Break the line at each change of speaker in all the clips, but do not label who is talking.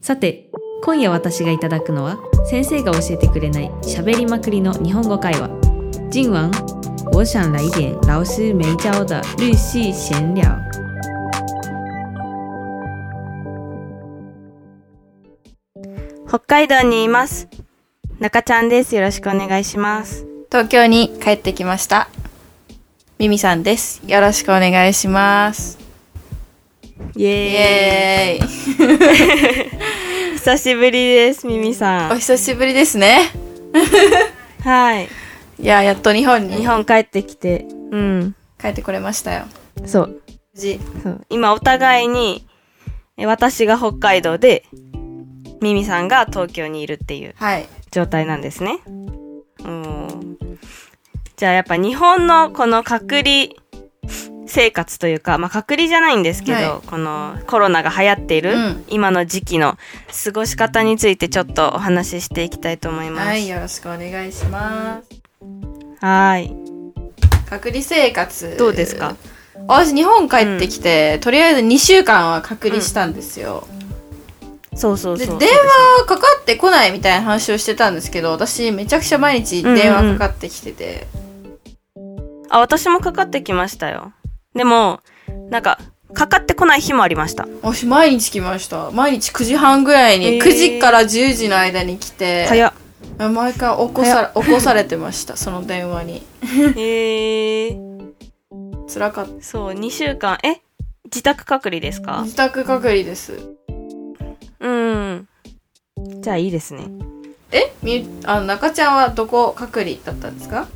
さて今夜私がいただくのは先生が教えてくれない喋りまくりの日本語会話今晚我想来点老师没教的日系闲聊
北海道にいます。中ちゃんです。よろしくお願いします。
東京に帰ってきました。ミミさんです。よろしくお願いします。
イ
イ
エ
エーイ。
ーイ。久しぶりです、ミミさ
お
ん。
久しぶりですね。
はい。
いや、やっと日本
日
に
本帰ってきて、うん。
帰ってこれましたよ。
そう。
無事。
そう今お互いに、え私が北海道で、ミミさんが東京にいるっていう
はい。
状態なんですね。うん。じゃあやっぱ日本のこの隔離生活というか、まあ隔離じゃないんですけど、
は
このコロナが流行っている、
うん
今の時期の過ごし方についてちょっとお話ししていきたいと思います。
はい、よろしくお願いします。
はーい
隔離生活。
どうですか
私、日本帰ってきて、とりあえず2週間は隔離したんですよ。
そうそう
で、
そう。
電話かかってこないみたいな話をしてたんですけど、私、めちゃくちゃ毎日電話かかってきてて。
あ、私もかかってきましたよ。でも、なんか、かかってこない日もありました。
私毎日来ました毎日9時半ぐらい
え
に
ー
9時から10時の間に来て、
早っ。
毎回起こさ起こされてました その電話に
えー、
辛かった
そう、2週間。え自宅隔離ですか
自宅隔離です
うん。じゃあいいですね。
えみあの中ちゃんはどこ隔離だったんですか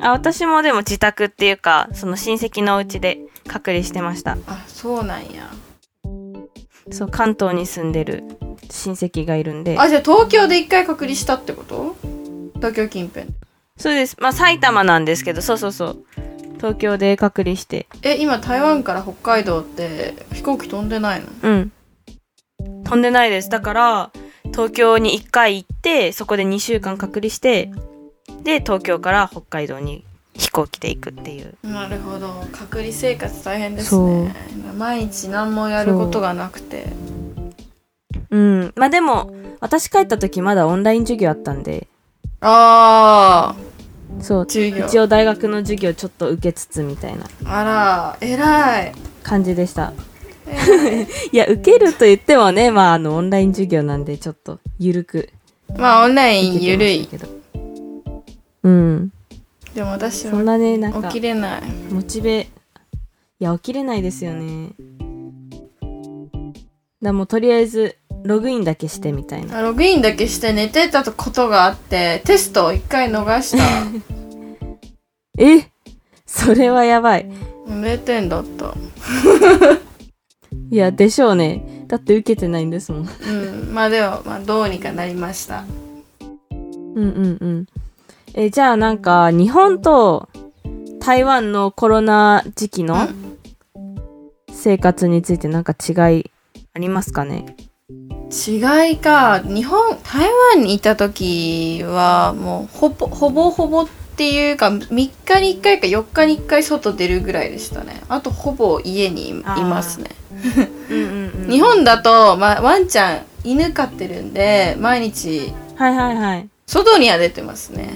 あ、私もでも自宅っていうか、その親戚のお家で隔離してました。
あそうなんや
そう、関東に住んでる親戚がいるんで。
あじゃあ東京で一回隔離したってこと東京近辺
そうです。まあ埼玉なんですけど、そうそうそう。東京で隔離して。
え今台湾から北海道って飛行機飛んでないの
うん。飛んでないです。だから、東京に1回行って、そこで2週間隔離して、で、東京から北海道に飛行機で行くっていう。
なるほど隔離生活大変です
そう
ね毎日何もやることがなくて
うん。まあでも、私帰った時まだオンライン授業あったんで、
ああ
そう、
授業
一応大学の授業ちょっと受けつつみたいな
あら偉い
感じでした。
偉い
いや、受けると言ってもね、まあ、あの、オンライン授業なんで、ちょっと、ゆるく
まあオンライ
受
ン
け
ゆる
てま
い
したけど。うん。
でも私
そん
は
なね、なん
起
か
き、れない
モチベ、いや、起きれないですよね。だもう、とりあえず、ログインだけしてみたいな。
あログインだけして寝てたことがあってテストを一回逃した
えそれはやばい。
0点だった
いや、でしょうね。だって受けてないんですもん。
うんまあでも、まあ、どうにかなりました
うんうんうん。え、じゃあなんか、日本と台湾のコロナ時期の
う
生活についてなんか違いありますかね
違いか日本台湾にいた時はもうほぼほぼほぼっていうか3日に1回か4日に1回外出るぐらいでしたねあとほぼ家にいい
あー
ますね
うんうん、うん
日本だと、まあ、ワンちゃん犬飼ってるんで毎日
はいはいはい。
外には出てますね、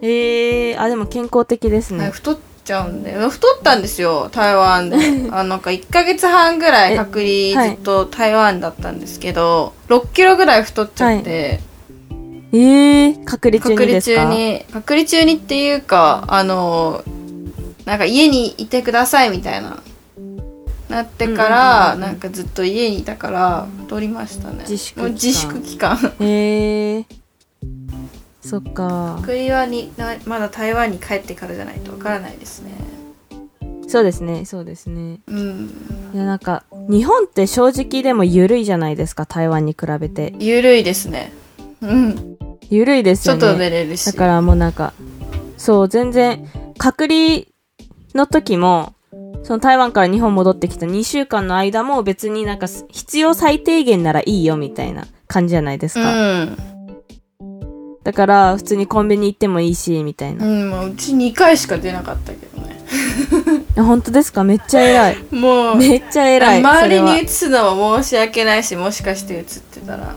えー、あ、でも健康的です
はい
ね。
太っちゃうんで太ったんですよ台湾であのなんか1ヶ月半ぐらい隔
え
離
はい
ずっと台湾だったんですけど、6キロぐらい太っちゃって、
えー、隔離中
隔
に
離
です
中
か
に隔離中にっていうかあのなんか家にいてくださいみたいななってから、なんかずっと家にいたから太りましたね
自粛期間
もう自粛期間
えー、そっか。
隔離はになまだ台湾に帰ってからじゃないとわからないですね
そうですね、そうですね。
うん
いやなんか、日本って正直でも緩いじゃないですか、台湾に比べて。
ゆるいですねうん
緩いですよね。
外出れるし
だからもうなんか、そう、全然、隔離の時も、その台湾から日本戻ってきた2週間の間も別になんかす必要最低限ならいいよみたいな感じじゃないですか。だから普通にコンビニ行ってもいいし、みたい
うん、
な。
うん、もううち2回しか出なかったけどね
や本当ですかめっちゃ偉い
もう
めっちゃ偉い
周り
そ
に
れ
移
は
すのも申し訳ないしもしかして移ってたら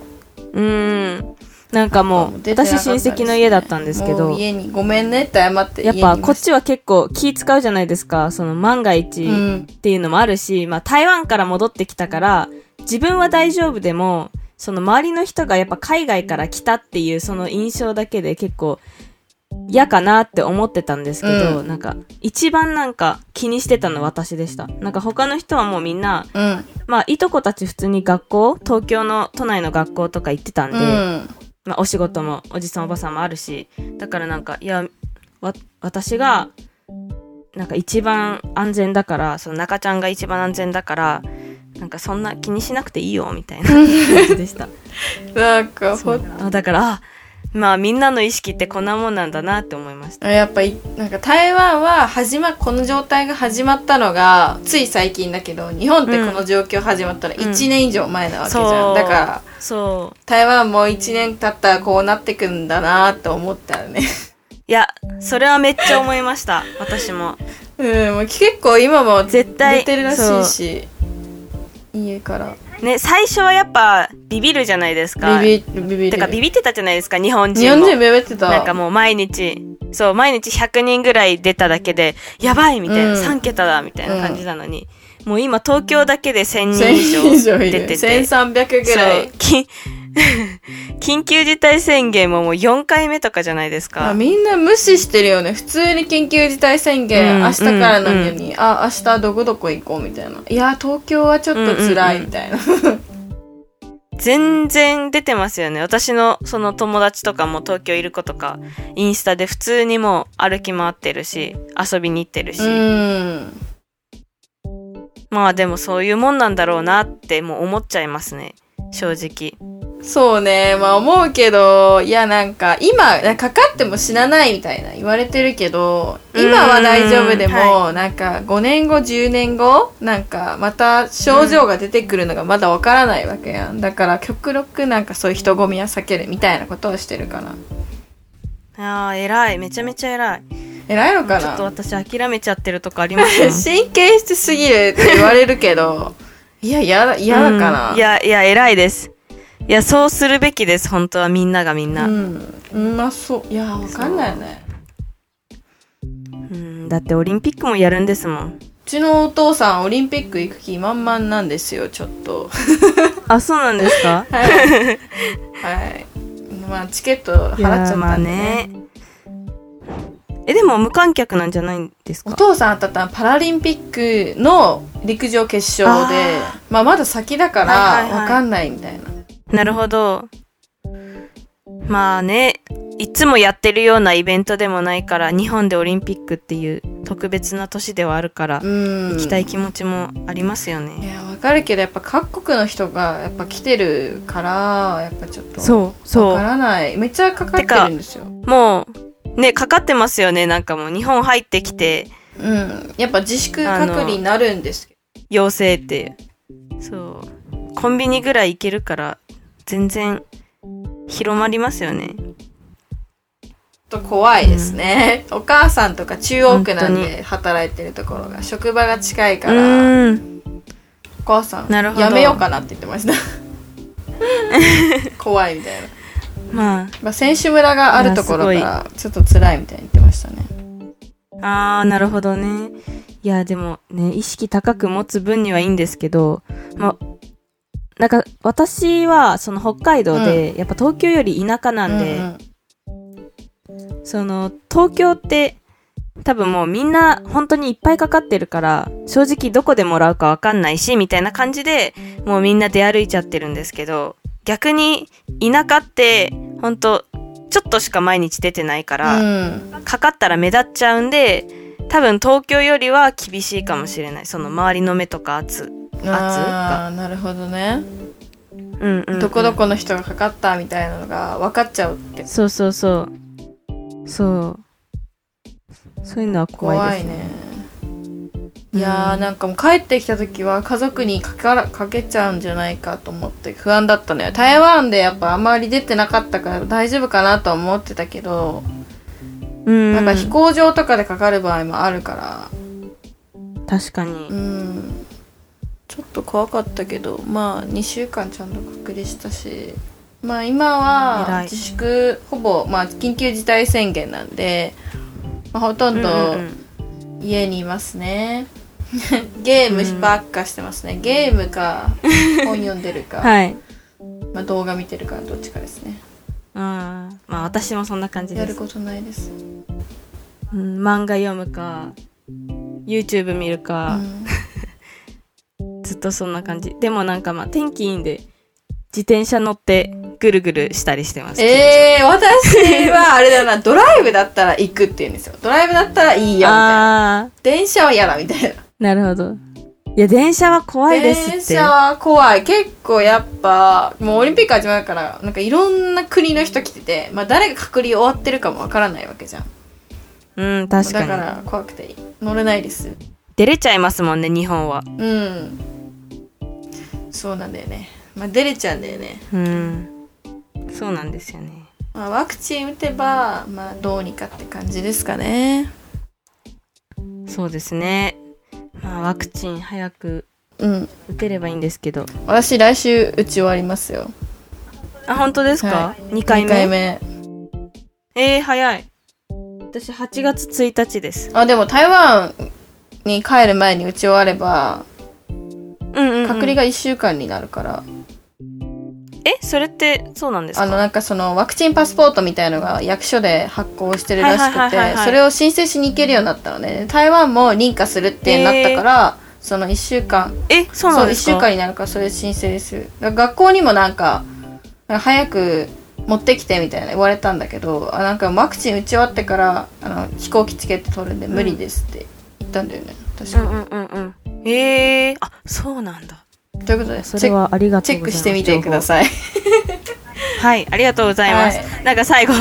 うんなんかもう
出てなかった
私
です
親
ね
戚の家だったんですけ
も
ど
う家にごめんねって謝って
やっぱこっ
家
ちは結構気使うじゃないですかその万が一、
にいました
っていうのもあるし、まあ、台湾から戻ってきたから自分は大丈夫でもその周りの人がやっぱ海外から来たっていうその印象だけで結構嫌かなって思ってたんですけど、
う
なんか一番なんか気にしてたの私でしたなんか他の人はもうみんな
うん
まあいとこたち普通に学校東京の都内の学校とか行ってたんで、
うんうん
まあ、お仕事もおじさんおばさんもあるしだからなんかいやわ私がなんか一番安全だからその中ちゃんが一番安全だからなんかそんな気にしなくていいよみたいな感じで した
なんかほ
あだからあまあみんなの意識ってこんなもんなんだなって思いました
やっぱいなんか台湾は始まこの状態が始まったのがつい最近だけど日本ってこの状況始まったら
うん
1年以上前なわけじゃん、
そう
だから
そ
台湾も1年経ったらこうなってくんだなと思った よね
ういやそれはめっちゃ思いました私も
うんもう結構今も
絶対
出てるらしいし家から
ね最初はやっぱビビるじゃないですか
ビビビビる
てかビビってたじゃないですか日本
日
人
本
も
人ビビってた
なんかもう毎日、そう、毎日100人ぐらい出ただけで、やばいみたいな、
うん
3桁だみたいな感じなのに、もう今東京だけで1000人
1000以
以
上
上
い
出て
る
て、そう、
1300ぐらい
き 緊急事態宣言ももう4回目とかじゃないです
あ
か。
みんな無視してるよね普通に緊急事態宣言、
うん
明日からなのに、あ明日どこどこ行こうみたいないや東京はちょっと辛いみたいな、
全然出てますよね。私のその友達とかも東京いる子とか、インスタで普通にもう歩き回ってるし、遊びに行ってるし、
うん
まあでもそういうもんなんだろうなってもう思っちゃいますね。正直。
そうねまあ思うけどいやなんか今なんかかかっても死なないみたいな言われてるけど今は大丈夫でも、
うんは
なんか5年後10年後なんかまた症状が出てくるのがまだわからないわけやんだから極力なんかそういう人混みは避けるみたいなことをしてるかな
ああ、偉い。めちゃめちゃ偉い。
偉いのか
ちょ
な
っと私諦めちゃってるとこありますよ
神経質すぎるって言われるけど いや嫌だ 嫌だかな、
うんいやいや偉いですいやそうするべきです本当はみんながみんな、
う
うん
んうんまあそういやわかんないよね
だってオリンピックもやるんですもん
うちのお父さんオリンピック行く気満々なんですよちょっと
あそうなんです か
はい、はい、まあチケット払っちゃったんで、ね
まあねえでも無観客なんじゃないんです
お
か
父さんあったたパラリンピックの陸上決勝で
あ
まあまだ先だから
はいはいはい
わかんないみたいな、
なるほどまあねいつもやってるようなイベントでもないから日本でオリンピックっていう特別な年ではあるから、
うん
行きたい気持ちもありますよね
いやわかるけどやっぱ各国の人がやっぱ来てるからやっぱちょっと
そうそ
わからないめっちゃかかってるんですよ
もう、ね、かかってますよね。なんかもう日本入ってきて、
うんやっぱ自粛隔離になるんですけ
陽性って。そう。コンビニぐらい行けるから、全然、広まりますよね。
どちょっと怖いですね、お母さんとか中央区なん
本当
で働いてるところが職場が近いうから、
ーん。
お母さん
なるほど
やめようかなって言ってました 怖いみたいな、
ま
まあ、選手村があるところからちょっと辛いみたいに言ってましたね
あ、あー、なるほどね。いや、でもね、意識高く持つ分にはいいんですけど、まあ、なんか私はその北海道で、やっぱ東京より田舎なんで、
うんうん
その東京って多分もうみんな本当にいっぱいかかってるから正直どこでもらうかわかんないしみたいな感じでもうみんな出歩いちゃってるんですけど逆に田舎って本当ちょっとしか毎日出てないから、
うん
かかったら目立っちゃうんで多分東京よりは厳しいかもしれないその周りの目とか圧
あーなるほどね、
うんうんうん
どこどこの人がかかったみたいなのが分かっちゃうって
そうそうそうそうそういうのは怖
怖
いで
い
すね
ね
うん
いやーなんかもう帰ってきた時は家族にかからかけちゃうんじゃないかと思って不安だったのよ台湾でやっぱあんまり出てなかったから大丈夫かなとは思ってたけど、
うん
なんか飛行場とかでかかる場合もあるから
確かに、
うんちょっと怖かったけどまあ2週間ちゃんと隔離したしまあ今は
偉い
自粛ほぼ、まあ、緊急事態宣言なんで、まあ、ほとんど
うんうんうん
家にいますね ゲームしばっかしてますねゲーム か本読んでるか、
はい
まあ、動画見てるかどっちかですね
あーまあ私もそんな感じ
や
で
る
す、
ことないです、
うん、漫画読むか YouTube 見る
う
か、
ん
ずっとそんな感じでもなんかまあ天気いいんで自転車乗ってぐるぐるしたりしてます
えー、私はあれだなドライブだったら行くって言うんですよドライブだったらいいよみたいな
ああ
電車は嫌だみたいな
なるほどいや電車は怖いですって
電車は怖い結構やっぱもうオリンピック始まるからなんかいろんな国の人来てて、まあ、誰が隔離終わってるかもわからないわけじゃん
うん確かに
だから怖くて乗れないです
出れちゃいますもんね日本は
うんそうなんだよねまあ出れちゃうんだよね、
うんそうなんですよね
まあ、ワクチン打てばまあどうにかって感じですかね
そうですねまあワクチン早く
うん
打てればいいんですけど
私来週打ち終わりますよ
あ本当ですか、
は
2回
二
目
回目
えー、早い私8月1日です
あでも台湾に帰る前に打ち終われば
うんうん、うん、
隔離が1週間になるから、
えそれってそうなんですか
あのなんかそのワクチンパスポートみたいのが役所で発行してるらし
は
く
いはいはいはい
て
はい
それを申請しに行けるようになったのね台湾も認可するってなったから、その1週間
えそうなん
1
ですか
週間になるからそれ申請するだから学校にもなんかなんか早く持ってきてみたいな言われたんだけどあなんかワクチン打ち終わってからあの飛行機チケット取るんで無理ですって言ったんだよね、確か、
うんうんうんうんえー、あそうなんだ
ということでチ
そ
ェ
れはありがと
チ
う
ェッ
ございま
ク
す
してみてくだ
い
さい
はいありがとうございます、
は
なんか最後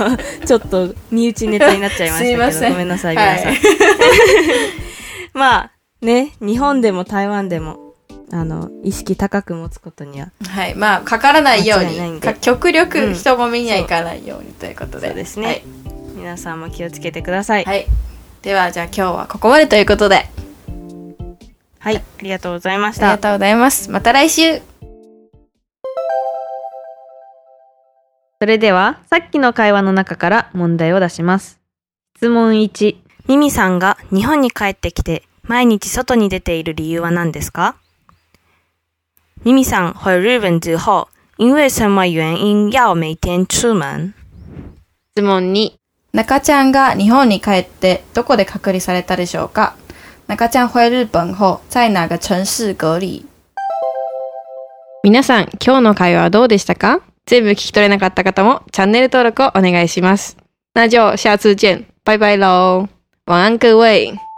ちょっと身内ネタになっちゃ いましたけ
すいま
ど
せん
ごめんなさい
は
皆
い
さん、 まあね日本でも台湾でもあの意識高く持つことには
はい、まあかからない よう
間違いないん
に、
で
か極
う
力
ん
人混みには行かないようにということで、
そうですね、皆さんも気をつけてください
はい。はい、ではじゃあ今日はここまでということで、あ
はい、ありがとうございまし
り
た
がとうございます。また来週。
それではさっきの会話の中から問題を出します質問1
ミミさんが日本に帰ってきて毎日外に出ている理由は何ですかミミさん回日本之后，因为什么原因要每天出门？
質問2
中ちゃんが日本に帰ってどこで隔離されたでしょうか中ちゃん回日本後、在哪个城市隔離
皆さん、今日の会話はどうでしたか全部聞き取れなかった方もチャンネル登録をお願いします。那就下次见，拜拜喽，晚安各位。